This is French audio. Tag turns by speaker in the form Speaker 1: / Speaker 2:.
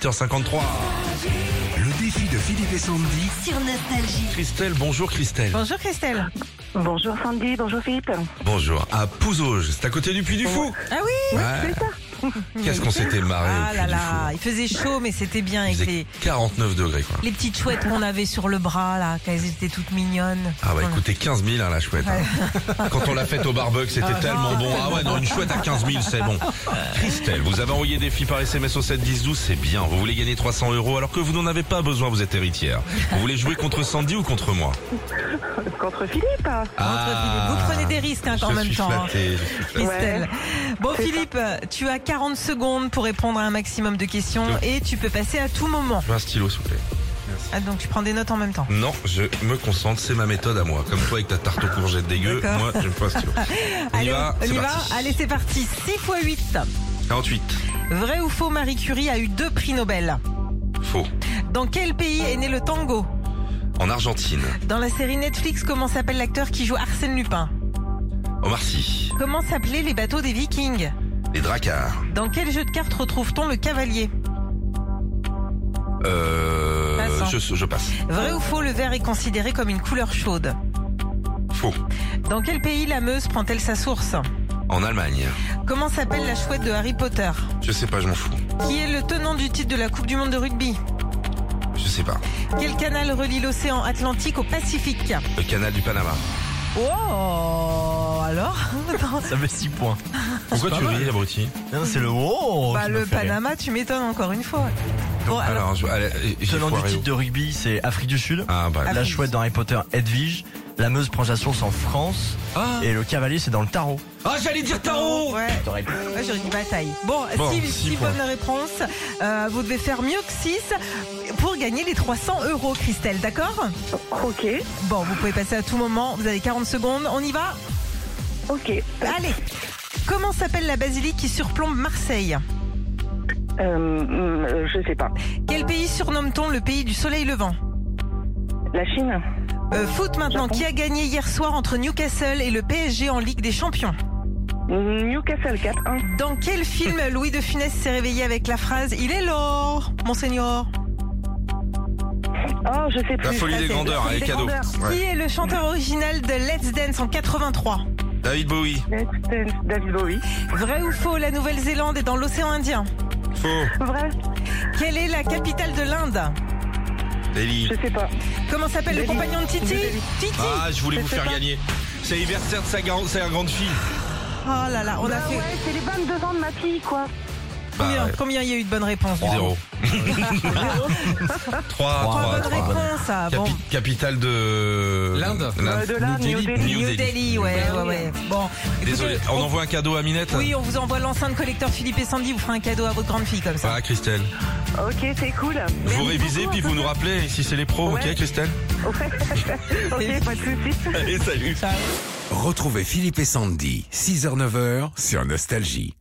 Speaker 1: 8h53. Le défi de Philippe et Sandy.
Speaker 2: sur Nostalgie.
Speaker 1: Christelle, bonjour Christelle.
Speaker 3: Bonjour Christelle.
Speaker 4: Bonjour Sandy, bonjour Philippe.
Speaker 1: Bonjour. À Pouzauges, c'est à côté du Puy du Fou.
Speaker 3: Ah oui
Speaker 1: Ouais. Qu'est-ce qu'on s'était marré
Speaker 3: Ah
Speaker 1: au
Speaker 3: là
Speaker 1: Puy du
Speaker 3: là,
Speaker 1: Fou.
Speaker 3: il faisait chaud mais c'était bien
Speaker 1: Il
Speaker 3: avec
Speaker 1: faisait
Speaker 3: les,
Speaker 1: 49 degrés quoi.
Speaker 3: les petites chouettes qu'on avait sur le bras là, quand elles étaient toutes mignonnes.
Speaker 1: Ah bah
Speaker 3: Voilà.
Speaker 1: écoutez, 15 000 hein, la chouette. hein. Quand on l'a faite au barbecue, c'était tellement bon. Ah ouais, non, une chouette à 15 000, c'est bon. Christelle, vous avez envoyé des filles par SMS au 7 10 12, c'est bien. Vous voulez gagner 300 euros alors que vous n'en avez pas besoin, vous êtes héritière. Vous voulez jouer contre Sandy ou contre moi
Speaker 4: Contre Philippe
Speaker 3: Entre- Vous prenez des risques hein,
Speaker 1: je
Speaker 3: en même
Speaker 1: suis
Speaker 3: temps, hein,
Speaker 1: flatté, je suis flatté.
Speaker 3: Christelle. Bon
Speaker 4: C'est
Speaker 3: Philippe, tu as 40 secondes pour répondre à un maximum de questions et tu peux passer à tout moment.
Speaker 1: Je veux Un stylo, s'il vous plaît.
Speaker 3: Ah, donc tu prends des notes en même temps.
Speaker 1: Non, je me concentre, c'est ma méthode à moi. Comme toi avec ta tarte aux courgettes dégueu,
Speaker 3: D'accord.
Speaker 1: moi je me prends un stylo. On y
Speaker 3: Allez,
Speaker 1: va,
Speaker 3: on
Speaker 1: c'est
Speaker 3: y va.
Speaker 1: parti.
Speaker 3: Allez, c'est parti. 6 x 8.
Speaker 1: 48,
Speaker 3: Vrai ou faux, Marie Curie a eu deux prix Nobel.
Speaker 1: faux.
Speaker 3: Dans quel pays est né le tango
Speaker 1: En Argentine,
Speaker 3: Dans la série Netflix, comment s'appelle l'acteur qui joue Arsène Lupin
Speaker 1: Omar Sy,
Speaker 3: Comment s'appelaient les bateaux des Vikings
Speaker 1: les dracars.
Speaker 3: Dans quel jeu de cartes retrouve-t-on le cavalier
Speaker 1: Euh,
Speaker 3: Passons.
Speaker 1: je, je passe.
Speaker 3: Vrai ou faux, le vert est considéré comme une couleur chaude.
Speaker 1: Faux.
Speaker 3: Dans quel pays la Meuse prend-elle sa source
Speaker 1: En Allemagne.
Speaker 3: Comment s'appelle la chouette de Harry Potter
Speaker 1: Je sais pas, je m'en fous.
Speaker 3: Qui est le tenant du titre de la Coupe du Monde de rugby
Speaker 1: Je sais pas.
Speaker 3: Quel canal relie l'océan Atlantique au Pacifique
Speaker 1: Le canal du Panama.
Speaker 3: Oh alors Non,
Speaker 5: Ça fait 6 points.
Speaker 1: Pourquoi
Speaker 5: pas
Speaker 1: tu
Speaker 5: mal.
Speaker 1: ris, abruti
Speaker 5: Non, c'est le oh
Speaker 3: bah,
Speaker 5: qui m'a
Speaker 3: le
Speaker 5: fait rire.
Speaker 3: Panama, tu m'étonnes encore une fois. Bon, alors,
Speaker 1: Alors, je, allez, j'ai
Speaker 5: Tenant du
Speaker 1: foiré oh.
Speaker 5: titre
Speaker 1: où
Speaker 5: de rugby, c'est Afrique du Sud.
Speaker 1: Ah, bah.
Speaker 5: La
Speaker 3: Afrique.
Speaker 5: chouette dans Harry Potter, Edwige. La Meuse prend sa source en France.
Speaker 1: Ah,
Speaker 5: Et le cavalier, c'est dans le tarot.
Speaker 1: Ah, j'allais dire tarot
Speaker 3: ouais.
Speaker 5: T'aurais pu.
Speaker 3: Ouais, J'aurais dit bataille. Bon,
Speaker 1: Bon,
Speaker 3: si,
Speaker 1: six
Speaker 3: si
Speaker 1: points.
Speaker 3: bonne réponse, euh, vous devez faire mieux que 6 pour gagner les 300 euros, Christelle, d'accord
Speaker 4: Ok,
Speaker 3: Bon, vous pouvez passer à tout moment, vous avez 40 secondes, on y va
Speaker 4: ok.
Speaker 3: Allez Comment s'appelle la basilique qui surplombe Marseille
Speaker 4: Euh, hum, je sais pas.
Speaker 3: Quel pays surnomme-t-on le pays du soleil levant
Speaker 4: La Chine
Speaker 3: Euh, Foot maintenant,
Speaker 4: Japon.
Speaker 3: qui a gagné hier soir entre Newcastle et le PSG en Ligue des Champions
Speaker 4: Newcastle 4-1.
Speaker 3: Dans quel film Louis de Funès s'est réveillé avec la phrase « Il est l'or, monseigneur
Speaker 4: Oh, je sais plus.
Speaker 1: La folie
Speaker 4: Ah,
Speaker 1: des
Speaker 4: c'est-
Speaker 1: grandeurs,
Speaker 4: la folie
Speaker 1: allez,
Speaker 4: des
Speaker 1: cadeau.
Speaker 4: grandeurs. ».
Speaker 3: Qui
Speaker 1: Ouais.
Speaker 3: est le chanteur original de Let's Dance en 83
Speaker 1: David Bowie.
Speaker 4: Let's Dance, David Bowie.
Speaker 3: Vrai ou faux, la Nouvelle-Zélande est dans l'océan Indien.
Speaker 1: Faux.
Speaker 4: Vrai
Speaker 3: Quelle est la capitale de l'Inde
Speaker 1: Ellie.
Speaker 4: Je sais pas.
Speaker 3: Comment s'appelle le
Speaker 4: Delhi.
Speaker 3: compagnon de Titi
Speaker 4: Delhi.
Speaker 3: Titi
Speaker 1: Ah, je voulais
Speaker 4: Je
Speaker 1: vous
Speaker 4: sais
Speaker 1: faire
Speaker 4: pas.
Speaker 1: gagner. C'est anniversaire de sa gar- sa grande fille.
Speaker 3: Oh là là, on a
Speaker 4: Ah
Speaker 3: fait...
Speaker 4: ouais, c'est les 22 ans de ma fille, quoi.
Speaker 3: Combien,
Speaker 1: ouais.
Speaker 3: combien il y a eu de bonnes réponses du coup
Speaker 1: Zéro. 3,
Speaker 5: Trois
Speaker 1: 3,
Speaker 3: Trois bonnes
Speaker 1: 3.
Speaker 3: réponses, ah, bon.
Speaker 1: Capitale de.
Speaker 5: L'Inde.
Speaker 4: Euh, de là, New Delhi.
Speaker 1: New
Speaker 3: New Delhi, ouais, ouais, ouais. Bon, écoutez,
Speaker 1: Désolé, on envoie un cadeau à Minette
Speaker 3: Oui, on vous envoie l'enceinte collecteur Philippe et Sandy, vous ferez un cadeau à votre grande fille comme ça.
Speaker 1: Ah, Christelle.
Speaker 4: Ok, c'est cool.
Speaker 1: Vous révisez, puis vous nous rappelez si c'est les pros,
Speaker 4: Ouais.
Speaker 1: ok, Christelle
Speaker 4: Ok, pas de soucis.
Speaker 1: Allez, salut
Speaker 6: Retrouvez Philippe et Sandy, 6h-9h sur Nostalgie.